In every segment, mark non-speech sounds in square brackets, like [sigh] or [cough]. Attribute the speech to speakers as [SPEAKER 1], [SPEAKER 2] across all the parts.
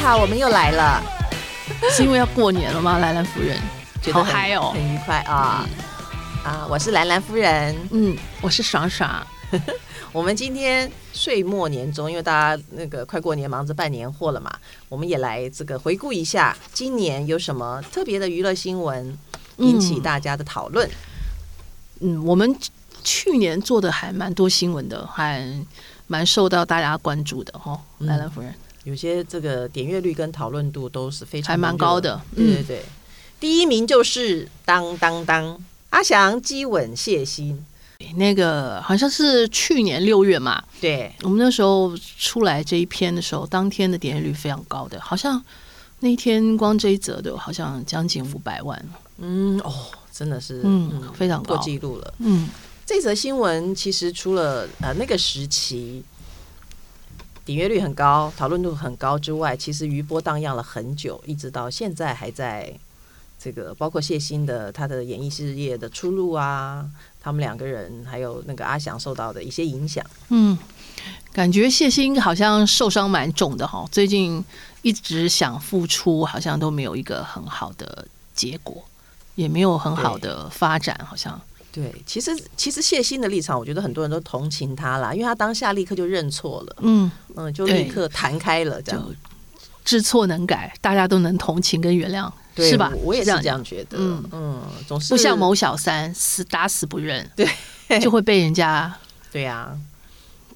[SPEAKER 1] 好，我们又来了，
[SPEAKER 2] [laughs] 是因为要过年了吗？兰兰夫人，
[SPEAKER 1] 觉得
[SPEAKER 2] 好
[SPEAKER 1] 很
[SPEAKER 2] 嗨哦
[SPEAKER 1] 很！愉快啊、啊！我是兰兰夫人，
[SPEAKER 2] 嗯，我是爽爽，
[SPEAKER 1] 我们今天岁末年终，因为大家那个快过年，忙着办年货了嘛，我们也来这个回顾一下今年有什么特别的娱乐新闻引起大家的讨论。
[SPEAKER 2] 嗯，我们去年做的还蛮多新闻的，还蛮受到大家关注的哈、哦。
[SPEAKER 1] 嗯
[SPEAKER 2] 兰兰夫人
[SPEAKER 1] 有些这个点阅率跟讨论度都是非常
[SPEAKER 2] 还蛮高
[SPEAKER 1] 热
[SPEAKER 2] 的，
[SPEAKER 1] 对对
[SPEAKER 2] 嗯，
[SPEAKER 1] 对，第一名就是当当当阿翔基吻谢欣，
[SPEAKER 2] 那个好像是去年六月嘛，
[SPEAKER 1] 对，
[SPEAKER 2] 我们那时候出来这一篇的时候，当天的点击率非常高的，好像那一天光这一则的，好像将近五百万，
[SPEAKER 1] 嗯哦，真的是
[SPEAKER 2] 嗯非常高
[SPEAKER 1] 破纪录了。
[SPEAKER 2] 嗯，
[SPEAKER 1] 这则新闻其实除了呃那个时期点阅率很高、讨论度很高之外，其实余波荡漾了很久，一直到现在还在这个包括谢欣的他的演艺事业的出路啊，他们两个人还有那个阿翔受到的一些影响。
[SPEAKER 2] 嗯，感觉谢欣好像受伤蛮重的哈，最近一直想复出，好像都没有一个很好的结果，也没有很好的发展，好像
[SPEAKER 1] 对，其实其实谢欣的立场，我觉得很多人都同情他啦，因为他当下立刻就认错了，
[SPEAKER 2] 嗯，
[SPEAKER 1] 嗯，就
[SPEAKER 2] 对
[SPEAKER 1] 立刻弹开了这样。
[SPEAKER 2] 就知错能改，大家都能同情跟原谅，
[SPEAKER 1] 对
[SPEAKER 2] 是吧？
[SPEAKER 1] 我我也是
[SPEAKER 2] 这
[SPEAKER 1] 这
[SPEAKER 2] 样。
[SPEAKER 1] 样觉得，嗯
[SPEAKER 2] 嗯
[SPEAKER 1] 总是
[SPEAKER 2] 不像某小三死打死不认，
[SPEAKER 1] 对，
[SPEAKER 2] [laughs] 就会被人家
[SPEAKER 1] 对啊，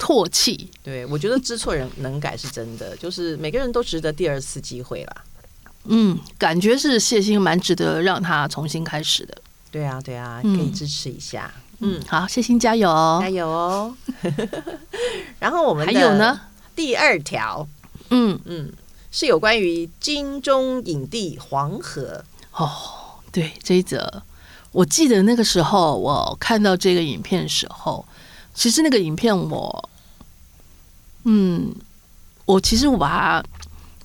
[SPEAKER 2] 唾弃。
[SPEAKER 1] 对，我觉得知错人能改是真的，就是每个人都值得第二次机会啦。
[SPEAKER 2] 嗯，感觉是谢欣蛮值得让他重新开始的。
[SPEAKER 1] 对啊，对啊，可
[SPEAKER 2] 嗯
[SPEAKER 1] 以支持一下，嗯，
[SPEAKER 2] 好，谢欣加油哦
[SPEAKER 1] 加！油哦。 [laughs] 然后我们
[SPEAKER 2] 还
[SPEAKER 1] 的
[SPEAKER 2] 有呢，
[SPEAKER 1] 第二条，
[SPEAKER 2] 嗯，
[SPEAKER 1] 嗯，是有关于金钟影帝黄河，
[SPEAKER 2] 哦，对，这一则，我记得那个时候我看到这个影片的时候，其实那个影片我，嗯，我其实我把它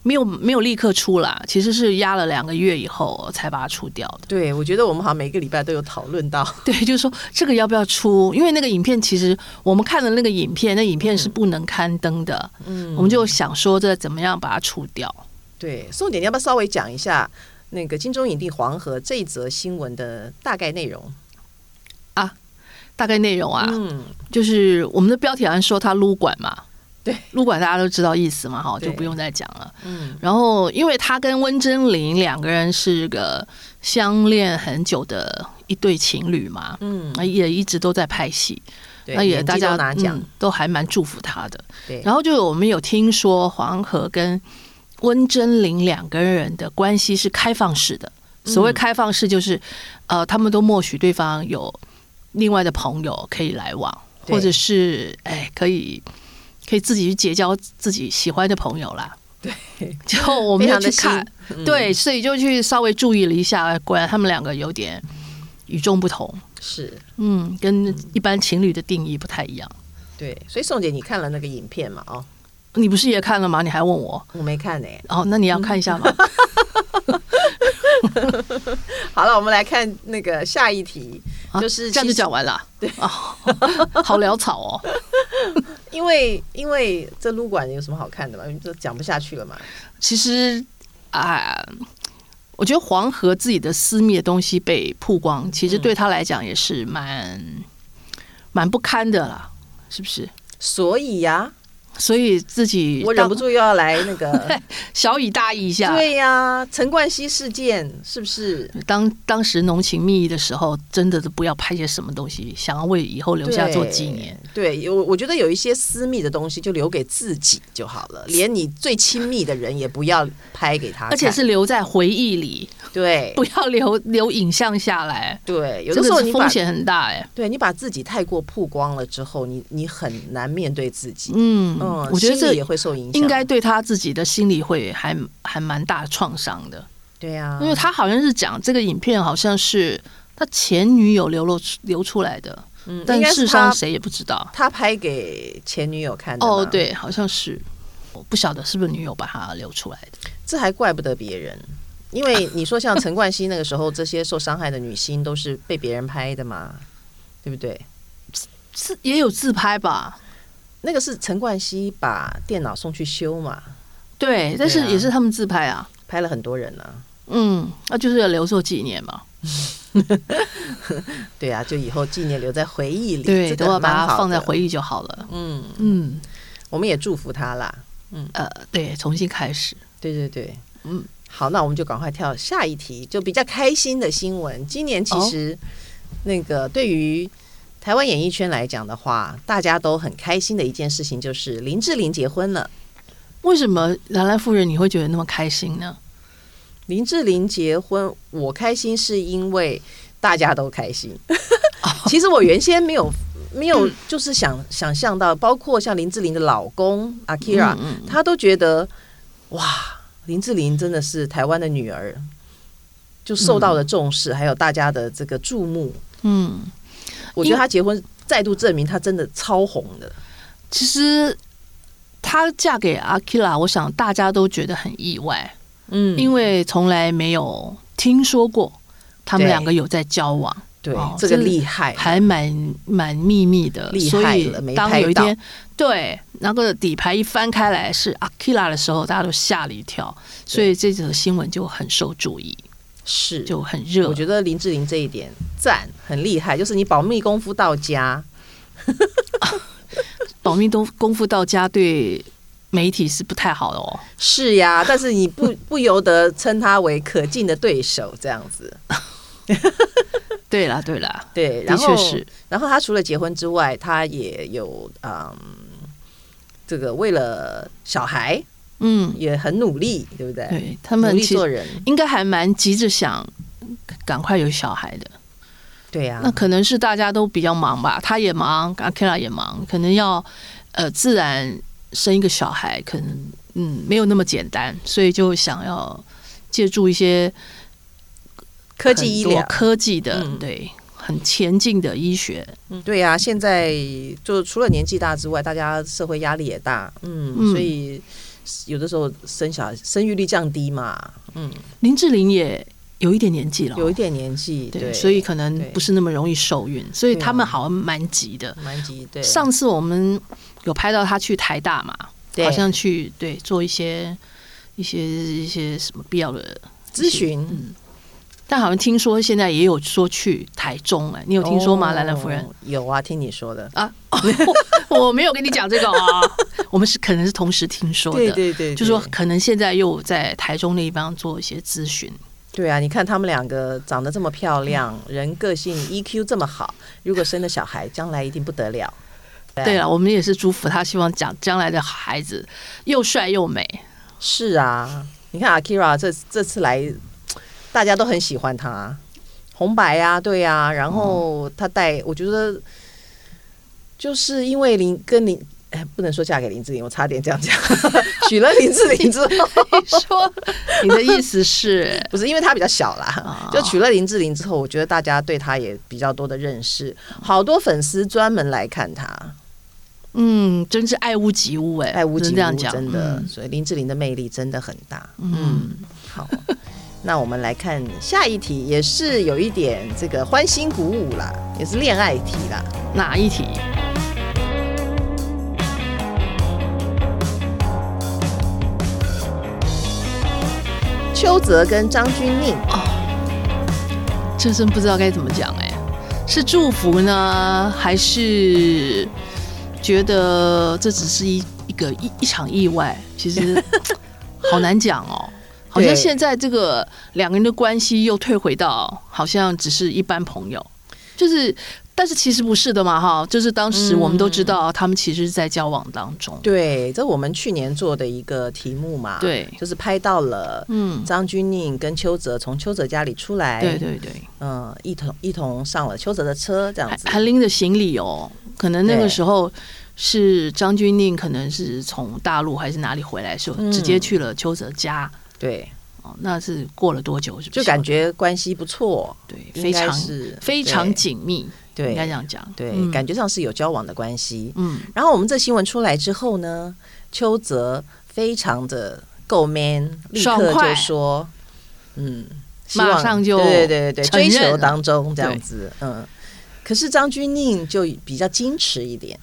[SPEAKER 2] 没有没有立刻出啦，其实是压了两个月以后我才把它出掉的。
[SPEAKER 1] 对我觉得我们好像每个礼拜都有讨论到，
[SPEAKER 2] 对，就是说这个要不要出？因为那个影片其实我们看了那个影片，那影片是不能刊登的，
[SPEAKER 1] 嗯
[SPEAKER 2] 我们就想说这怎么样把它出掉。
[SPEAKER 1] 对，宋姐，你要不要稍微讲一下那个金钟影帝黄河这一则新闻的大概内容
[SPEAKER 2] 大概内容啊，
[SPEAKER 1] 嗯，
[SPEAKER 2] 就是我们的标题好像说他撸管嘛，
[SPEAKER 1] 对，
[SPEAKER 2] 撸管大家都知道意思嘛，哈，
[SPEAKER 1] 对
[SPEAKER 2] 就不用再讲了。
[SPEAKER 1] 嗯，
[SPEAKER 2] 然后因为他跟温真菱两个人是个相恋很久的一对情侣嘛，
[SPEAKER 1] 嗯，
[SPEAKER 2] 也一直都在拍戏，
[SPEAKER 1] 对，
[SPEAKER 2] 那也
[SPEAKER 1] 演技
[SPEAKER 2] 哎大家
[SPEAKER 1] 都拿奖，
[SPEAKER 2] 嗯都还蛮祝福他的。
[SPEAKER 1] 对，
[SPEAKER 2] 然后就我们有听说黄河跟温真菱两个人的关系是开放式的。
[SPEAKER 1] 嗯
[SPEAKER 2] 所谓开放式，就是、呃，他们都默许对方有另外的朋友可以来往，
[SPEAKER 1] 对
[SPEAKER 2] 或者是哎，可以可以自己去结交自己喜欢的朋友啦。对，就我们
[SPEAKER 1] 非常
[SPEAKER 2] 要去
[SPEAKER 1] 的新
[SPEAKER 2] 看，，
[SPEAKER 1] 嗯，
[SPEAKER 2] 对，所以就去稍微注意了一下，果然他们两个有点与众不同，
[SPEAKER 1] 是，
[SPEAKER 2] 嗯，跟一般情侣的定义不太一样。
[SPEAKER 1] 对，所以宋姐，你看了那个影片嘛？哦，
[SPEAKER 2] 你不是也看了吗？你还问我？
[SPEAKER 1] 我没看呢、
[SPEAKER 2] 哦，那你要看一
[SPEAKER 1] [laughs]
[SPEAKER 2] 下吗？
[SPEAKER 1] 好了，我们来看那个下一题，
[SPEAKER 2] 啊
[SPEAKER 1] 就是
[SPEAKER 2] 这样就
[SPEAKER 1] 其实
[SPEAKER 2] 讲完了。对哦， [laughs] 好潦草哦。
[SPEAKER 1] 因为因为这撸管有什么好看的嘛？就讲不下去了嘛。
[SPEAKER 2] 其实啊、我觉得黄河自己的私密的东西被曝光，其实
[SPEAKER 1] 嗯
[SPEAKER 2] 对他来讲也是蛮蛮不堪的啦，是不是？
[SPEAKER 1] 所以呀、
[SPEAKER 2] 所以自己
[SPEAKER 1] 我忍不住又要来那
[SPEAKER 2] [laughs]
[SPEAKER 1] 个
[SPEAKER 2] 当，小以大意一下。
[SPEAKER 1] 对呀、陈冠希事件是不是？
[SPEAKER 2] 当当时浓情蜜意的时候，真的都不要拍些什么东西，想要为以后留下做纪念。
[SPEAKER 1] 对，有我觉得有一些私密的东西就留给自己就好
[SPEAKER 2] [laughs]
[SPEAKER 1] 了，连你最亲密的人也不要拍给他看，
[SPEAKER 2] 而且是留在回忆里，
[SPEAKER 1] 对
[SPEAKER 2] 不要留留影像下来，
[SPEAKER 1] 对，有
[SPEAKER 2] 这
[SPEAKER 1] 的时候
[SPEAKER 2] 个
[SPEAKER 1] 你
[SPEAKER 2] 是
[SPEAKER 1] 把
[SPEAKER 2] 风险很大哎、
[SPEAKER 1] 对你把自己太过曝光了之后，你你很难面对自己，
[SPEAKER 2] 嗯
[SPEAKER 1] 嗯，
[SPEAKER 2] 我觉得
[SPEAKER 1] 心
[SPEAKER 2] 这
[SPEAKER 1] 理也会受影响，
[SPEAKER 2] 应该对他自己的心理会还还蛮大创伤的，
[SPEAKER 1] 对啊呀、
[SPEAKER 2] 因为他好像是讲这个影片好像是他前女友流露出流出来的，
[SPEAKER 1] 嗯
[SPEAKER 2] 但
[SPEAKER 1] 应该
[SPEAKER 2] 事
[SPEAKER 1] 是
[SPEAKER 2] 实上
[SPEAKER 1] 他
[SPEAKER 2] 谁也不知道。
[SPEAKER 1] 他拍给前女友看的，
[SPEAKER 2] 哦，，对，好像是，我不晓得是不是女友把他流出来的。
[SPEAKER 1] 这还怪不得别人。因为你说像陈冠希那个时候，这些受伤害的女星都是被别人拍的嘛，对不对？
[SPEAKER 2] 是也有自拍吧？
[SPEAKER 1] 那个是陈冠希把电脑送去修嘛，
[SPEAKER 2] 对，但是
[SPEAKER 1] 对啊
[SPEAKER 2] 也是他们自拍啊，
[SPEAKER 1] 拍了很多人啊。
[SPEAKER 2] 嗯，那就是要留作纪念嘛，
[SPEAKER 1] 对啊，就以后纪念留在回忆里，
[SPEAKER 2] 对，
[SPEAKER 1] 这
[SPEAKER 2] 都
[SPEAKER 1] 个
[SPEAKER 2] 要把
[SPEAKER 1] 蛮
[SPEAKER 2] 它
[SPEAKER 1] 好
[SPEAKER 2] 放在
[SPEAKER 1] 的
[SPEAKER 2] 回忆就好了，
[SPEAKER 1] 嗯，
[SPEAKER 2] 嗯，
[SPEAKER 1] 我们也祝福他啦。
[SPEAKER 2] 呃，对，重新开始，
[SPEAKER 1] 对对对，
[SPEAKER 2] 嗯，
[SPEAKER 1] 好，那我们就赶快跳下一题，就比较开心的新闻。今年其实、那个对于台湾演艺圈来讲的话，大家都很开心的一件事情就是林志玲结婚了。
[SPEAKER 2] 为什么兰兰夫人你会觉得那么开心呢？
[SPEAKER 1] 林志玲结婚，我开心是因为大家都开心。其实我原先没有没有，就是想、想象到，包括像林志玲的老公 Akira，、
[SPEAKER 2] 嗯
[SPEAKER 1] 他都觉得哇，林志玲真的是台湾的女儿，就受到了重视，还有大家的这个注目。
[SPEAKER 2] 嗯，
[SPEAKER 1] 我觉得她结婚再度证明她真的超红的。
[SPEAKER 2] 其实她嫁给阿 k i a 我想大家都觉得很意外，
[SPEAKER 1] 嗯
[SPEAKER 2] 因为从来没有听说过他们
[SPEAKER 1] 对
[SPEAKER 2] 两个有在交往，
[SPEAKER 1] 对、
[SPEAKER 2] 哦
[SPEAKER 1] 这个
[SPEAKER 2] 真的
[SPEAKER 1] 厉害，
[SPEAKER 2] 还蛮蛮秘密的，
[SPEAKER 1] 厉
[SPEAKER 2] 所
[SPEAKER 1] 害
[SPEAKER 2] 以
[SPEAKER 1] 了没
[SPEAKER 2] 当
[SPEAKER 1] 拍
[SPEAKER 2] 有一
[SPEAKER 1] 到
[SPEAKER 2] 天对那个底牌一翻开来是 Akira 的时候，大家都吓了一跳，所以这则新闻就很受注意，
[SPEAKER 1] 是
[SPEAKER 2] 就很热。
[SPEAKER 1] 嗯我觉得林志玲这一点赞很厉害，就是你保密功夫到家。
[SPEAKER 2] 保密都功夫到家对媒体是不太好的哦。
[SPEAKER 1] 是呀，但是你不 [laughs] 不由得称她为可敬的对手，这样子。
[SPEAKER 2] 对啦，对啦，
[SPEAKER 1] 对，
[SPEAKER 2] 的
[SPEAKER 1] 然
[SPEAKER 2] 确
[SPEAKER 1] 后
[SPEAKER 2] 是，
[SPEAKER 1] 然后她除了结婚之外，她也有嗯，这个为了小孩
[SPEAKER 2] 嗯，
[SPEAKER 1] 也很努力，对不对？
[SPEAKER 2] 对他
[SPEAKER 1] 嗯努
[SPEAKER 2] 们
[SPEAKER 1] 力
[SPEAKER 2] 其
[SPEAKER 1] 做
[SPEAKER 2] 实
[SPEAKER 1] 人，
[SPEAKER 2] 应该还蛮急着想赶快有小孩的。
[SPEAKER 1] 对啊呀、
[SPEAKER 2] 那可能是大家都比较忙吧，他也忙，Akira 也忙，可能要呃自然生一个小孩，可能嗯没有那么简单，所以就想要借助一些
[SPEAKER 1] 科技医
[SPEAKER 2] 很多
[SPEAKER 1] 疗，
[SPEAKER 2] 科技的、
[SPEAKER 1] 嗯
[SPEAKER 2] 对很前进的医学，
[SPEAKER 1] 对呀、现在就除了年纪大之外，大家社会压力也大，嗯，
[SPEAKER 2] 嗯
[SPEAKER 1] 所以有的时候生小生育率降低嘛，嗯，
[SPEAKER 2] 林志玲也有一点年纪了哦，
[SPEAKER 1] 有一点年纪，对，
[SPEAKER 2] 对，所以可能
[SPEAKER 1] 对
[SPEAKER 2] 不是那么容易受孕，所以
[SPEAKER 1] 对啊
[SPEAKER 2] 他们好像蛮急的。
[SPEAKER 1] 蛮急，对，
[SPEAKER 2] 上次我们有拍到他去台大嘛，
[SPEAKER 1] 对
[SPEAKER 2] 好像去对做一些一些一些什么必要的
[SPEAKER 1] 咨询，
[SPEAKER 2] 嗯但好像听说现在也有说去台中哎、你有听说吗，
[SPEAKER 1] 哦
[SPEAKER 2] 兰兰夫人？
[SPEAKER 1] 有啊，听你说的，
[SPEAKER 2] 啊， [laughs] 我我没有跟你讲这个啊， [laughs] 我们是可能是同时听说的，
[SPEAKER 1] 对对
[SPEAKER 2] 就说可能现在又在台中那一帮做一些咨询，
[SPEAKER 1] 对啊，你看他们两个长得这么漂亮，人个性 EQ 这么好，如果生了小孩，将来一定不得了。
[SPEAKER 2] 对了，我们也是祝福他，希望讲将来的孩子又帅又 [laughs] 美，
[SPEAKER 1] 是啊，你看 Akira 这这次来，大家都很喜欢他，红白啊，对啊，然后他带，我觉得就是因为林跟林。哎，不能说嫁给林志玲，我差点这样 [laughs] 讲。娶了林志玲之后，
[SPEAKER 2] 你说你的意思 [laughs] 是
[SPEAKER 1] [laughs] 不是因为她比较小啦
[SPEAKER 2] 哦，
[SPEAKER 1] 就娶了林志玲之后，我觉得大家对她也比较多的认识，好多粉丝专门来看她。
[SPEAKER 2] 嗯，真是爱屋及乌哎、
[SPEAKER 1] 爱屋
[SPEAKER 2] 只
[SPEAKER 1] 及乌，
[SPEAKER 2] 能这样讲，
[SPEAKER 1] 真的，
[SPEAKER 2] 嗯
[SPEAKER 1] 所以林志玲的魅力真的很大。
[SPEAKER 2] 嗯，
[SPEAKER 1] 好，那我们来看下一题，也是有一点这个欢欣鼓舞啦，也是恋爱题啦。
[SPEAKER 2] 哪一题？
[SPEAKER 1] 邱泽跟张钧甯，
[SPEAKER 2] 哦真真不知道该怎么讲哎、是祝福呢，还是觉得这只是一一个一一场意外？其实好难讲哦，好像
[SPEAKER 1] 对
[SPEAKER 2] 现在这个两个人的关系又退回到好像只是一般朋友，就是。但是其实不是的嘛，哈，就是当时我们都知道他们其实是在交往当中，
[SPEAKER 1] 对，这我们去年做的一个题目嘛，，
[SPEAKER 2] 对，
[SPEAKER 1] 就是拍到了
[SPEAKER 2] 嗯，
[SPEAKER 1] 张钧甯跟邱泽从邱泽家里出来，
[SPEAKER 2] 对，对对，
[SPEAKER 1] 嗯，一同一同上了邱泽的车，这样
[SPEAKER 2] 还
[SPEAKER 1] 子，
[SPEAKER 2] 还拎着行李哦，可能那个
[SPEAKER 1] 对
[SPEAKER 2] 时候是张钧甯，可能是从大陆还是哪里回来的时候，
[SPEAKER 1] 嗯
[SPEAKER 2] 直接去了邱泽家。
[SPEAKER 1] 对，
[SPEAKER 2] 哦，那是过了多久？是不是
[SPEAKER 1] 就感觉关系不错，
[SPEAKER 2] 对，
[SPEAKER 1] 应
[SPEAKER 2] 非
[SPEAKER 1] 该
[SPEAKER 2] 常
[SPEAKER 1] 是
[SPEAKER 2] 非常紧密，
[SPEAKER 1] 对
[SPEAKER 2] 应该这样讲。
[SPEAKER 1] 对，
[SPEAKER 2] 嗯
[SPEAKER 1] 对，感觉上是有交往的关系，
[SPEAKER 2] 嗯，
[SPEAKER 1] 然后我们这新闻出来之后呢，邱泽非常的够 man，立
[SPEAKER 2] 爽
[SPEAKER 1] 刻
[SPEAKER 2] 快
[SPEAKER 1] 就说，嗯，希
[SPEAKER 2] 马
[SPEAKER 1] 望
[SPEAKER 2] 上就
[SPEAKER 1] 对对对对，
[SPEAKER 2] 承
[SPEAKER 1] 追
[SPEAKER 2] 认
[SPEAKER 1] 求
[SPEAKER 2] 了
[SPEAKER 1] 当中这样子，嗯。可是张钧甯就比较矜持一点，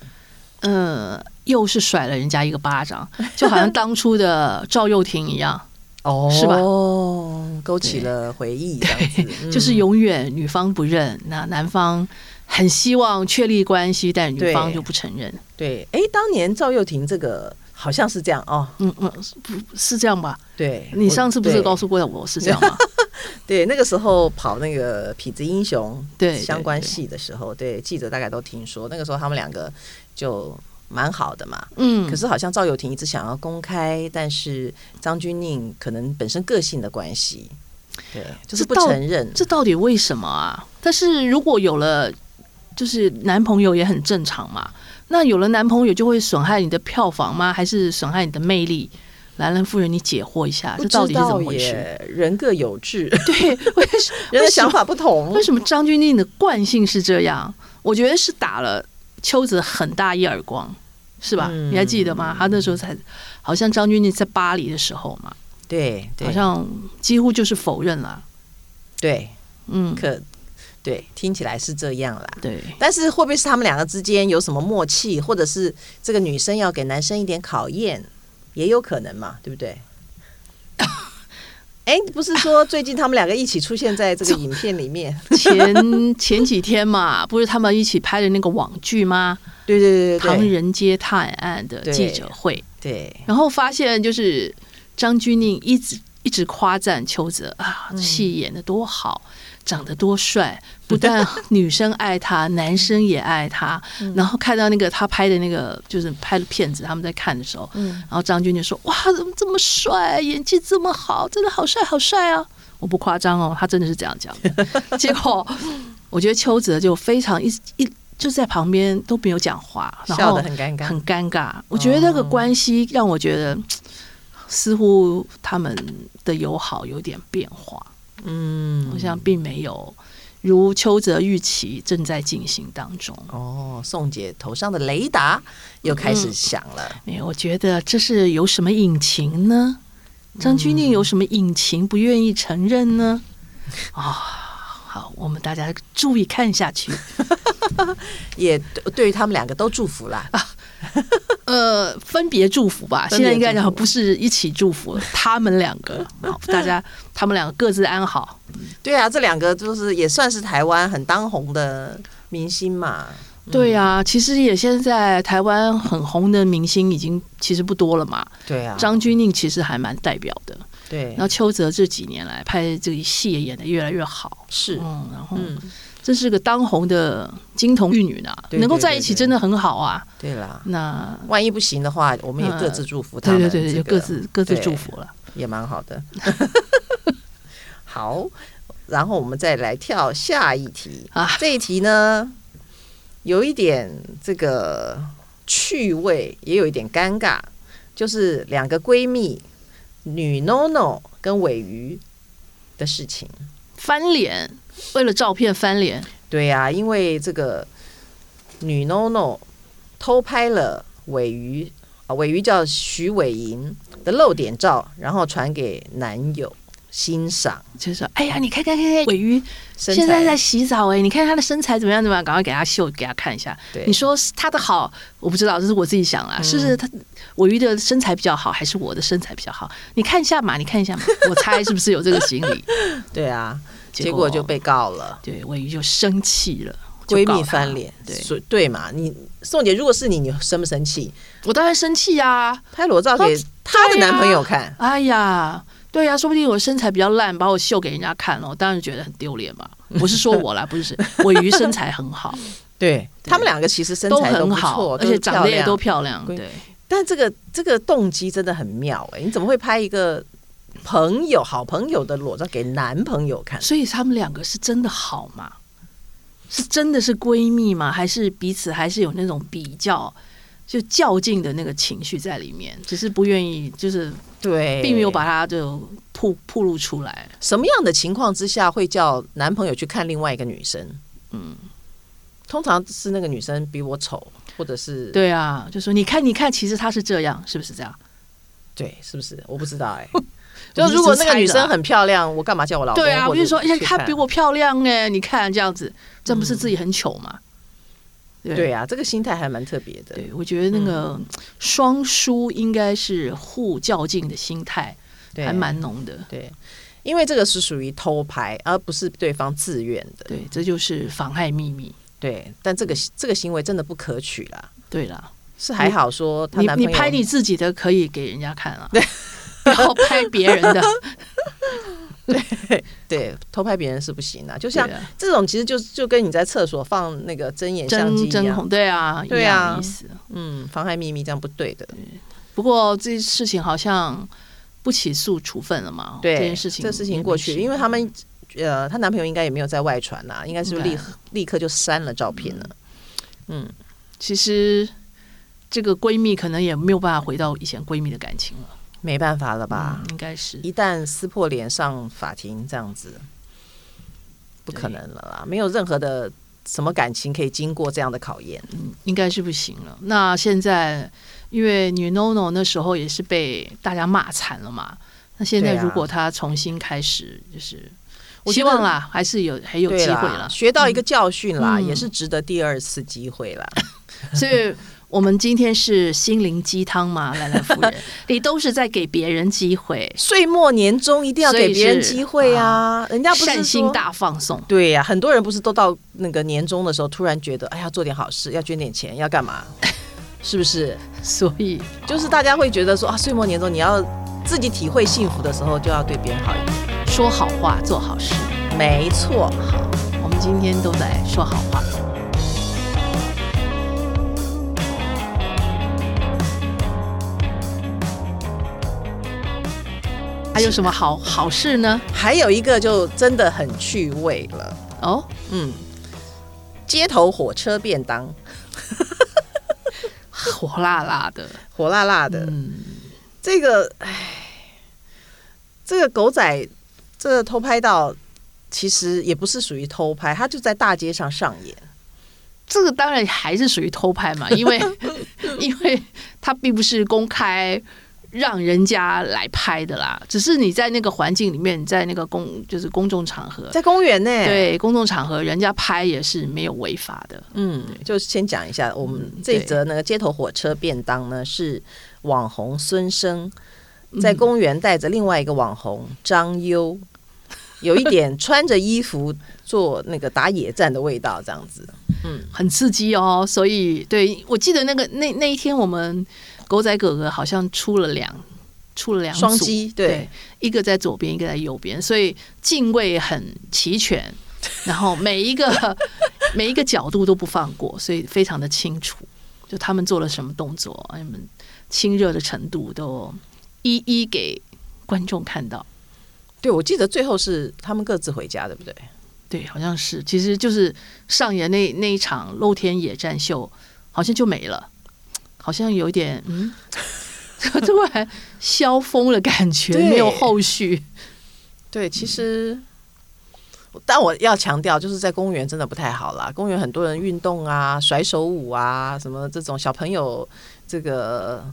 [SPEAKER 2] 呃，又是甩了人家一个巴掌，就好像当初的赵又廷一样，
[SPEAKER 1] 哦，
[SPEAKER 2] 是吧
[SPEAKER 1] 哦，勾起了回忆，这样
[SPEAKER 2] [laughs]
[SPEAKER 1] 子，嗯
[SPEAKER 2] 就是永远女方不认，那男方很希望确立关系，但女方
[SPEAKER 1] 对
[SPEAKER 2] 就不承认。
[SPEAKER 1] 对，哎，当年赵又廷这个好像是这样哦，
[SPEAKER 2] 嗯嗯，不是这样吧？
[SPEAKER 1] 对，
[SPEAKER 2] 你上次不是
[SPEAKER 1] 我
[SPEAKER 2] 告诉过我是这
[SPEAKER 1] [laughs]
[SPEAKER 2] 样吗？
[SPEAKER 1] 对对那个时候跑那个痞子英雄
[SPEAKER 2] 对，
[SPEAKER 1] 相关
[SPEAKER 2] 对，
[SPEAKER 1] 系的时候，对记者大概都听说，那个时候他们两个就蛮好的嘛。
[SPEAKER 2] 对嗯，
[SPEAKER 1] 可是好像赵又廷一直想要公开，但是张钧甯可能本身个性的关系，对，就是不
[SPEAKER 2] 这到
[SPEAKER 1] 承认。
[SPEAKER 2] 这到底为什么啊？但是如果有了，就是男朋友也很正常嘛。那有了男朋友就会损害你的票房吗？还是损害你的魅力？兰兰夫人，你解惑一下，
[SPEAKER 1] 不
[SPEAKER 2] 这
[SPEAKER 1] 知
[SPEAKER 2] 到底是怎
[SPEAKER 1] 道
[SPEAKER 2] 么回事？
[SPEAKER 1] 耶，人各有志， [laughs]
[SPEAKER 2] 对，为什
[SPEAKER 1] 人
[SPEAKER 2] 为
[SPEAKER 1] 的
[SPEAKER 2] 什
[SPEAKER 1] 想
[SPEAKER 2] 么
[SPEAKER 1] 法不同
[SPEAKER 2] 为。什么张钧甯的惯性是这样？我觉得是打了秋子很大一耳光，是吧？
[SPEAKER 1] 嗯
[SPEAKER 2] 你还记得吗？他那时候才，好像张钧甯在巴黎的时候嘛，
[SPEAKER 1] 对，对
[SPEAKER 2] 好像几乎就是否认了。
[SPEAKER 1] 对，
[SPEAKER 2] 嗯，
[SPEAKER 1] 可对，听起来是这样啦。
[SPEAKER 2] 对，
[SPEAKER 1] 但是会不会是他们两个之间有什么默契，或者是这个女生要给男生一点考验，也有可能嘛，对不对？哎，不是说最近他们两个一起出现在这个影片里面？
[SPEAKER 2] 前 [laughs] 前几天嘛，不是他们一起拍的那个网剧吗？
[SPEAKER 1] [laughs] 对对对
[SPEAKER 2] 《唐
[SPEAKER 1] 对
[SPEAKER 2] 人街探案》的记者会，
[SPEAKER 1] 对
[SPEAKER 2] 然后发现就是张钧甯一直一直夸赞邱泽啊，
[SPEAKER 1] 嗯
[SPEAKER 2] 戏演的多好，长得多帅，不但女生爱他，男生也爱他。
[SPEAKER 1] 嗯
[SPEAKER 2] 然后看到那个他拍的那个就是拍的片子，他们在看的时候，
[SPEAKER 1] 嗯
[SPEAKER 2] 然后张钧甯说：“哇，怎么这么帅，演技这么好，真的好帅，好帅啊！”我不夸张哦，他真的是这样讲的。结果我觉得邱泽就非常一一就在旁边都没有讲话，
[SPEAKER 1] 对，
[SPEAKER 2] 然
[SPEAKER 1] 笑
[SPEAKER 2] 后
[SPEAKER 1] 得很尴尬。
[SPEAKER 2] 很尴尬。我觉得那个关系让我觉得，似乎他们的友好有点变化，
[SPEAKER 1] 嗯
[SPEAKER 2] 好像并没有如邱泽预期正在进行当中。
[SPEAKER 1] 哦，宋姐头上的雷达又开始响了。
[SPEAKER 2] 哎，我觉得这是有什么隐情呢？张钧甯有什么隐情不愿意承认呢？啊、好，我们大家注意看下去。
[SPEAKER 1] 也对对于他们两个都祝福啦。
[SPEAKER 2] [laughs] 呃，分别祝福吧。
[SPEAKER 1] 分
[SPEAKER 2] 现
[SPEAKER 1] 别
[SPEAKER 2] 在应该
[SPEAKER 1] 祝
[SPEAKER 2] 讲
[SPEAKER 1] 福
[SPEAKER 2] 不是一起祝福了，他们两个，好，大家他们两个各自安好。
[SPEAKER 1] 对啊，这两个就是也算是台湾很当红的明星嘛。
[SPEAKER 2] 对呀、其实也现在台湾很红的明星已经其实不多了嘛。
[SPEAKER 1] 对啊，
[SPEAKER 2] 张钧甯其实还蛮代表的，
[SPEAKER 1] 对
[SPEAKER 2] 然后邱泽这几年来拍这个戏也演得越来越好。
[SPEAKER 1] 是
[SPEAKER 2] 嗯，然后
[SPEAKER 1] 嗯，
[SPEAKER 2] 这是个当红的金童玉女呢，
[SPEAKER 1] 对
[SPEAKER 2] 能够
[SPEAKER 1] 对
[SPEAKER 2] 在
[SPEAKER 1] 对
[SPEAKER 2] 一起
[SPEAKER 1] 对
[SPEAKER 2] 真的很好啊。
[SPEAKER 1] 对啦。
[SPEAKER 2] 那
[SPEAKER 1] 万一不行的话，我们也各自祝福他
[SPEAKER 2] 嗯对
[SPEAKER 1] 们。
[SPEAKER 2] 对对对，就
[SPEAKER 1] 这
[SPEAKER 2] 各
[SPEAKER 1] 个
[SPEAKER 2] 自各自
[SPEAKER 1] 对
[SPEAKER 2] 祝福了。
[SPEAKER 1] 也蛮好的。 [laughs] 好，然后我们再来跳下一题
[SPEAKER 2] 啊
[SPEAKER 1] 这一题呢，有一点这个趣味，也有一点尴尬，就是两个闺蜜女 NONO 跟尾鱼的事情。
[SPEAKER 2] 翻脸，为了照片翻脸，
[SPEAKER 1] 对呀、因为这个女 NONO 偷拍了尾鱼啊，尾鱼叫徐伟莹的露点照，然后传给男友欣赏，
[SPEAKER 2] 就说：“哎呀，你看看看看，尾鱼
[SPEAKER 1] 身材
[SPEAKER 2] 现在在洗澡哎、你看她的身材怎么样怎么样，赶快给她秀给她看一下。
[SPEAKER 1] 对嗯
[SPEAKER 2] 你说是她的好，我不知道，这是我自己想啦，是她尾鱼的身材比较好，还是我的身材比较好？你看一下嘛，你看一下嘛，我猜是不是有这个心
[SPEAKER 1] [laughs]
[SPEAKER 2] 理？
[SPEAKER 1] 对啊，结
[SPEAKER 2] 结
[SPEAKER 1] 果
[SPEAKER 2] 果
[SPEAKER 1] 就被告了。
[SPEAKER 2] 对尾鱼就生气了，就
[SPEAKER 1] 闺
[SPEAKER 2] 告
[SPEAKER 1] 蜜
[SPEAKER 2] 她
[SPEAKER 1] 翻脸，
[SPEAKER 2] 对
[SPEAKER 1] 所以对嘛？你宋姐，如果是你，你生不生气？
[SPEAKER 2] 我当然生气呀、
[SPEAKER 1] 拍裸照给她的男朋友看，
[SPEAKER 2] 哎呀，对呀、说不定我身材比较烂，把我秀给人家看了，我当然觉得很丢脸
[SPEAKER 1] [laughs]
[SPEAKER 2] 嘛。我是说我啦，不是尾鱼身材很好，
[SPEAKER 1] 对他们两个其实 [laughs] 身
[SPEAKER 2] 都
[SPEAKER 1] 材
[SPEAKER 2] 很
[SPEAKER 1] 不
[SPEAKER 2] 好，
[SPEAKER 1] 错，
[SPEAKER 2] 而且
[SPEAKER 1] 是
[SPEAKER 2] 长得也
[SPEAKER 1] 漂亮
[SPEAKER 2] 都漂亮。
[SPEAKER 1] 闺
[SPEAKER 2] 对，
[SPEAKER 1] 但这个这个动机真的很妙哎、你怎么会拍一个朋友好朋友的裸照给男朋友看？
[SPEAKER 2] 所以他们两个是真的好吗？是真的是闺蜜吗？还是彼此还是有那种比较就较劲的那个情绪在里面？只是不愿意，就是
[SPEAKER 1] 对，
[SPEAKER 2] 并没有把它就曝曝露出来。
[SPEAKER 1] 什么样的情况之下会叫男朋友去看另外一个女生？嗯，通常是那个女生比我丑，或者是
[SPEAKER 2] 对啊，就说你看，你看，其实他是这样，是不是这样？
[SPEAKER 1] 对，是不是？我不知道
[SPEAKER 2] [laughs]
[SPEAKER 1] 哎、
[SPEAKER 2] 我
[SPEAKER 1] 就是如果
[SPEAKER 2] 只
[SPEAKER 1] 那
[SPEAKER 2] 是
[SPEAKER 1] 个女
[SPEAKER 2] 猜的啊
[SPEAKER 1] 生很漂亮，我干嘛叫我老公？
[SPEAKER 2] 对啊，
[SPEAKER 1] 或
[SPEAKER 2] 比
[SPEAKER 1] 者
[SPEAKER 2] 如说，哎呀
[SPEAKER 1] 去，
[SPEAKER 2] 她
[SPEAKER 1] 看
[SPEAKER 2] 比我漂亮哎、你看这样子，这样不是自己很糗吗？
[SPEAKER 1] 对啊，嗯这个心态还蛮特别的。
[SPEAKER 2] 对，我觉得那个双输应该是互较劲的心态，
[SPEAKER 1] 对，
[SPEAKER 2] 还蛮浓的。
[SPEAKER 1] 对，因为这个是属于偷拍，而不是对方自愿的。
[SPEAKER 2] 对，这就是妨害秘密。
[SPEAKER 1] 对，但
[SPEAKER 2] 嗯
[SPEAKER 1] 这个这个行为真的不可取啦。
[SPEAKER 2] 对啦，
[SPEAKER 1] 是还好说她
[SPEAKER 2] 你
[SPEAKER 1] 男朋
[SPEAKER 2] 你
[SPEAKER 1] 友，
[SPEAKER 2] 拍你自己的可以给人家看啊， [laughs] 对，然后拍别人的，
[SPEAKER 1] 对偷拍别人是不行啊。就
[SPEAKER 2] 对
[SPEAKER 1] 像
[SPEAKER 2] 啊，
[SPEAKER 1] 这种，其实就就跟你在厕所放那个睁眼相机
[SPEAKER 2] 真
[SPEAKER 1] 一
[SPEAKER 2] 真
[SPEAKER 1] 样，
[SPEAKER 2] 红，对啊，一
[SPEAKER 1] 对啊
[SPEAKER 2] 样的意思。
[SPEAKER 1] 嗯，妨害秘密这样不对的。
[SPEAKER 2] 不过这事情好像不起诉处分了嘛？
[SPEAKER 1] 对，
[SPEAKER 2] 这件事情
[SPEAKER 1] 这
[SPEAKER 2] 也没事，
[SPEAKER 1] 事情过去，因为他们呃，她男朋友应该也没有在外传啊啦，应该是
[SPEAKER 2] 对啊嗯
[SPEAKER 1] 立立刻就删了照片了。
[SPEAKER 2] 其实这个闺蜜可能也没有办法回到以前闺蜜的感情了
[SPEAKER 1] 没办法了吧？
[SPEAKER 2] 嗯应该是
[SPEAKER 1] 一旦撕破脸上法庭这样子，不可能了啦，没有任何的什么感情可以经过这样的考验。
[SPEAKER 2] 应该是不行了。那现在因为女 NONO 那时候也是被大家骂惨了嘛，那现在
[SPEAKER 1] 对啊
[SPEAKER 2] 如果她重新开始，就是
[SPEAKER 1] 我
[SPEAKER 2] 希
[SPEAKER 1] 觉得
[SPEAKER 2] 望啦，还是有还有
[SPEAKER 1] 对
[SPEAKER 2] 机会
[SPEAKER 1] 啦
[SPEAKER 2] 了，。
[SPEAKER 1] 学到一个教训啦，
[SPEAKER 2] 嗯
[SPEAKER 1] 也是值得第二次机会啦。
[SPEAKER 2] 所以我们今天是心灵鸡汤嘛， [laughs] 兰兰夫人，你都是在给别人机会，
[SPEAKER 1] 岁末年终一定要
[SPEAKER 2] 所以
[SPEAKER 1] 给别人
[SPEAKER 2] 是
[SPEAKER 1] 机会啊！人家不是
[SPEAKER 2] 善心
[SPEAKER 1] 说
[SPEAKER 2] 大放送。
[SPEAKER 1] 对呀、很多人不是都到那个年终的时候，突然觉得，哎呀，做点好事，要捐点钱，要干嘛？ [laughs] 是不是？
[SPEAKER 2] 所以
[SPEAKER 1] 就是大家会觉得说啊，岁末年终你要自己体会幸福的时候，就要对别人好一点。
[SPEAKER 2] 说好话，做好事。
[SPEAKER 1] 没错，
[SPEAKER 2] 好，我们今天都在说好话。还有什么好好事呢？
[SPEAKER 1] 还有一个就真的很趣味了，
[SPEAKER 2] 哦，
[SPEAKER 1] 嗯，街头火车便当，
[SPEAKER 2] 火辣辣的，
[SPEAKER 1] 火辣辣的，
[SPEAKER 2] 嗯，
[SPEAKER 1] 这个，哎，这个狗仔，这个偷拍到，其实也不是属于偷拍，它就在大街上上演。
[SPEAKER 2] 这个当然还是属于偷拍嘛，因为因为它并不是公开让人家来拍的啦，只是你在那个环境里面，在那个公就是公众场合，
[SPEAKER 1] 在公园呢、，
[SPEAKER 2] 呃对公众场合人家拍也是没有违法的。
[SPEAKER 1] 嗯，就先讲一下，我们
[SPEAKER 2] 嗯
[SPEAKER 1] 这一
[SPEAKER 2] 对
[SPEAKER 1] 则那个街头火车便当呢，是网红孙生
[SPEAKER 2] 嗯
[SPEAKER 1] 在公园带着另外一个网红张
[SPEAKER 2] [laughs]
[SPEAKER 1] 优，有一点穿着衣服做那个打野战的味道，这样子。
[SPEAKER 2] 很刺激哦。所以，对我记得那个那那一天，我们狗仔哥哥好像出了两出了两组
[SPEAKER 1] 双击对
[SPEAKER 2] 一个在左边，一个在右边，所以敬畏很齐
[SPEAKER 1] [laughs]
[SPEAKER 2] 全，然后每一个 [laughs] 每一个角度都不放过，所以非常的清楚，就他们做了什么动作，你们亲热的程度都一一给观众看到。
[SPEAKER 1] 对，我记得最后是他们各自回家，对不对？
[SPEAKER 2] 对，好像是，其实就是上演那那一场露天野战秀，好像就没了，好像有点嗯， [laughs] 突然消风的感觉，
[SPEAKER 1] 对
[SPEAKER 2] 没有后续。
[SPEAKER 1] 对，其实，但我要强调，就是在公园真的不太好啦。公园很多人运动啊，甩手舞啊，什么这种小朋友，这个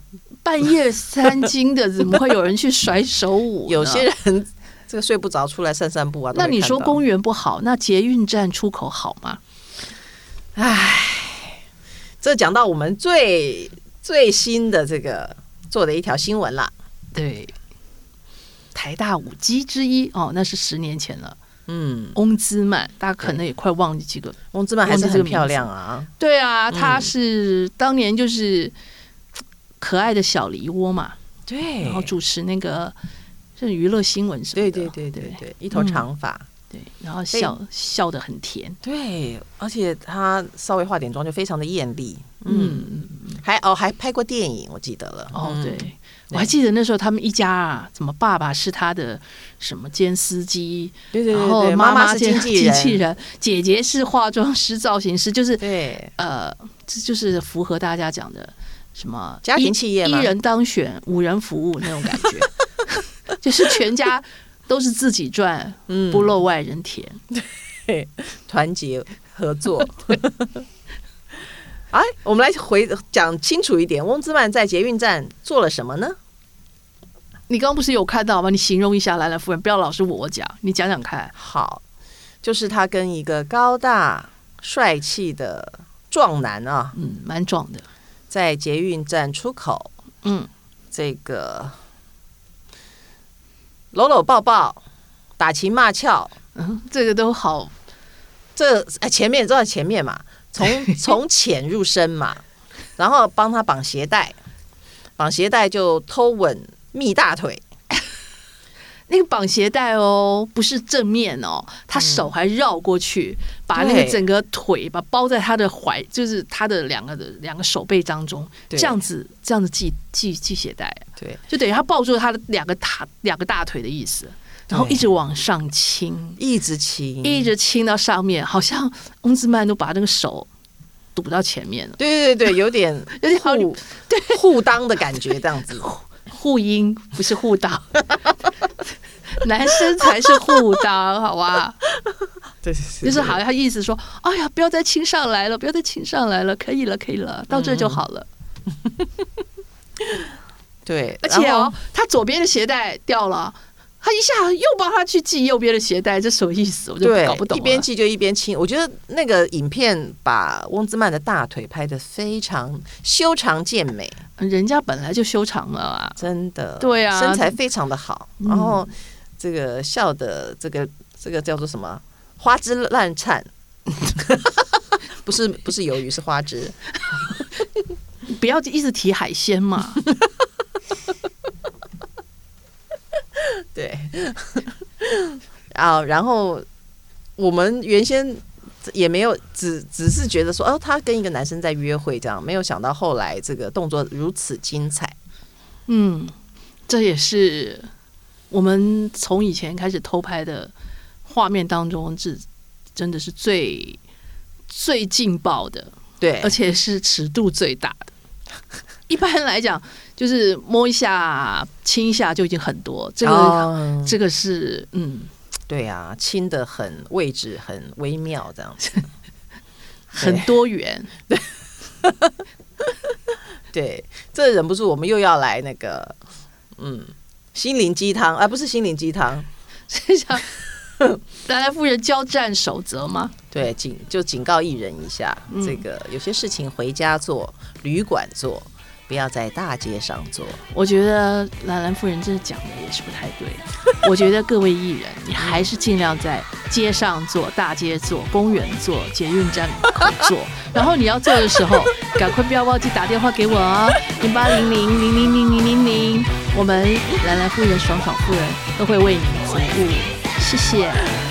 [SPEAKER 2] 半夜三更的，怎么会有人去甩手舞呢？
[SPEAKER 1] 有些人 [laughs] 这个睡不着，出来散散步啊。都
[SPEAKER 2] 那
[SPEAKER 1] 会
[SPEAKER 2] 你
[SPEAKER 1] 看
[SPEAKER 2] 说
[SPEAKER 1] 到
[SPEAKER 2] 公园不好，那捷运站出口好吗？
[SPEAKER 1] 这讲到我们最最新的这个做的一条新闻啦，
[SPEAKER 2] 对，台大舞姬之一哦，那是十年前了，
[SPEAKER 1] 嗯，
[SPEAKER 2] 翁姿曼，大家可能也快忘记这个
[SPEAKER 1] 翁之曼还
[SPEAKER 2] 忘
[SPEAKER 1] 是
[SPEAKER 2] 记这
[SPEAKER 1] 很
[SPEAKER 2] 个
[SPEAKER 1] 漂
[SPEAKER 2] 名字
[SPEAKER 1] 亮啊，
[SPEAKER 2] 对啊，她
[SPEAKER 1] 嗯
[SPEAKER 2] 是当年就是可爱的小梨窝嘛，
[SPEAKER 1] 对
[SPEAKER 2] 然后主持那个这娱乐新闻什么
[SPEAKER 1] 对
[SPEAKER 2] 的，
[SPEAKER 1] 对对对对，一头
[SPEAKER 2] 嗯
[SPEAKER 1] 长发，
[SPEAKER 2] 对，然后笑笑得很甜，
[SPEAKER 1] 对，而且她稍微化点妆就非常的艳丽，嗯，
[SPEAKER 2] 嗯，
[SPEAKER 1] 还哦还拍过电影，我记得了，
[SPEAKER 2] 哦
[SPEAKER 1] 嗯
[SPEAKER 2] 对。我还记得那时候他们一家啊，怎么爸爸是他的什么兼司机，
[SPEAKER 1] 对对
[SPEAKER 2] 然
[SPEAKER 1] 对
[SPEAKER 2] 后
[SPEAKER 1] 对，
[SPEAKER 2] 妈
[SPEAKER 1] 妈是
[SPEAKER 2] 兼
[SPEAKER 1] 经纪人，
[SPEAKER 2] 经纪人，姐姐是化妆师、造型师，就是
[SPEAKER 1] 对
[SPEAKER 2] 呃，这就是符合大家讲的什么
[SPEAKER 1] 家庭
[SPEAKER 2] 一
[SPEAKER 1] 企业
[SPEAKER 2] 一
[SPEAKER 1] 嘛
[SPEAKER 2] 人当选，五人服务那种感觉，
[SPEAKER 1] [laughs]
[SPEAKER 2] 就是全家都是自己赚，
[SPEAKER 1] 嗯
[SPEAKER 2] [laughs] 不漏外人田。
[SPEAKER 1] 团结合作。哎，我们来回讲清楚一点，翁之曼在捷运站做了什么呢？
[SPEAKER 2] 你刚刚不是有看到吗？你形容一下兰兰夫人，不要老是我讲，你讲讲看。
[SPEAKER 1] 好，就是他跟一个高大帅气的壮男啊，
[SPEAKER 2] 嗯，蛮壮的，
[SPEAKER 1] 在捷运站出口，
[SPEAKER 2] 嗯，
[SPEAKER 1] 这个搂搂抱抱、打情骂俏，
[SPEAKER 2] 嗯，这个都好，
[SPEAKER 1] 这哎前面都在前面嘛，
[SPEAKER 2] [laughs]
[SPEAKER 1] 从从浅入深嘛，然后帮他绑鞋带，绑鞋带就偷吻蜜大腿，
[SPEAKER 2] 那个绑鞋带哦，不是正面哦，他手还绕过去，把那个
[SPEAKER 1] 嗯对
[SPEAKER 2] 整个腿把包在他的怀，就是他的两个的两个手背当中，这
[SPEAKER 1] 对
[SPEAKER 2] 样子这样子系系系鞋带，
[SPEAKER 1] 对，
[SPEAKER 2] 就等于他抱住他的两个大两个大腿的意
[SPEAKER 1] 嗯
[SPEAKER 2] 思，然后
[SPEAKER 1] 对
[SPEAKER 2] 一直往上亲，
[SPEAKER 1] 一直亲，
[SPEAKER 2] 一直亲到上面，好像翁之曼都把那个手堵到前面了，
[SPEAKER 1] 对对对，有点
[SPEAKER 2] [laughs] 有点好
[SPEAKER 1] 互对互当的感觉，这样
[SPEAKER 2] [laughs]
[SPEAKER 1] 子。
[SPEAKER 2] 护阴不是护裆， [laughs] 男生才是护裆，好吧？
[SPEAKER 1] 对，
[SPEAKER 2] 就是好像意思说，哎呀，不要再亲上来了，不要再亲上来了，可以了，可以了，到这就好了。
[SPEAKER 1] 对，
[SPEAKER 2] 而且
[SPEAKER 1] 然
[SPEAKER 2] 哦
[SPEAKER 1] 后，，
[SPEAKER 2] 他左边的鞋带掉了。他一下又帮他去系右边的鞋带，这什么意思？我就
[SPEAKER 1] 对
[SPEAKER 2] 搞不，懂
[SPEAKER 1] 一边
[SPEAKER 2] 了。
[SPEAKER 1] 记就一边亲。我觉得那个影片把翁之曼的大腿拍得非常修长健美，
[SPEAKER 2] 人家本来就修长了啊，
[SPEAKER 1] 真的，
[SPEAKER 2] 对啊
[SPEAKER 1] 身材非常的好，然后这个笑的这个这个叫做什么花枝乱颤。 [laughs] 不是不是鱿鱼是花枝，
[SPEAKER 2] 不要一直提海鲜 [laughs] 嘛。
[SPEAKER 1] 对，啊，然后我们原先也没有，只只是觉得说，哦，他跟一个男生在约会这样，没有想到后来这个动作如此精彩。
[SPEAKER 2] 嗯，这也是我们从以前开始偷拍的画面当中，是真的是最最劲爆的，
[SPEAKER 1] 对
[SPEAKER 2] 而，且是尺度最大的。 [laughs] 一般来讲，就是摸一下、亲一下就已经很多，这个、
[SPEAKER 1] 哦
[SPEAKER 2] 这个是嗯
[SPEAKER 1] 对啊，亲的很位置很微妙这样子。
[SPEAKER 2] 很多元。
[SPEAKER 1] 对，这忍不住我们又要来那个，嗯，心灵鸡汤，啊而、不是心灵鸡汤，
[SPEAKER 2] 是 [laughs] 想来来夫人交战守则吗？
[SPEAKER 1] 对，警就警告艺人一下，这个有些事情回家做，旅馆做，不要在大街上做。
[SPEAKER 2] 我觉得兰兰夫人真的讲的也是不太对。 [laughs] 我觉得各位艺人，你还是尽量在街上做、大街做、公园做、捷运站口做。 [laughs] 然后你要做的时候，赶快不要忘记打电话给我哦，零八零零零零零零零零。我们兰兰夫人、爽爽夫人都会为你服务，谢谢。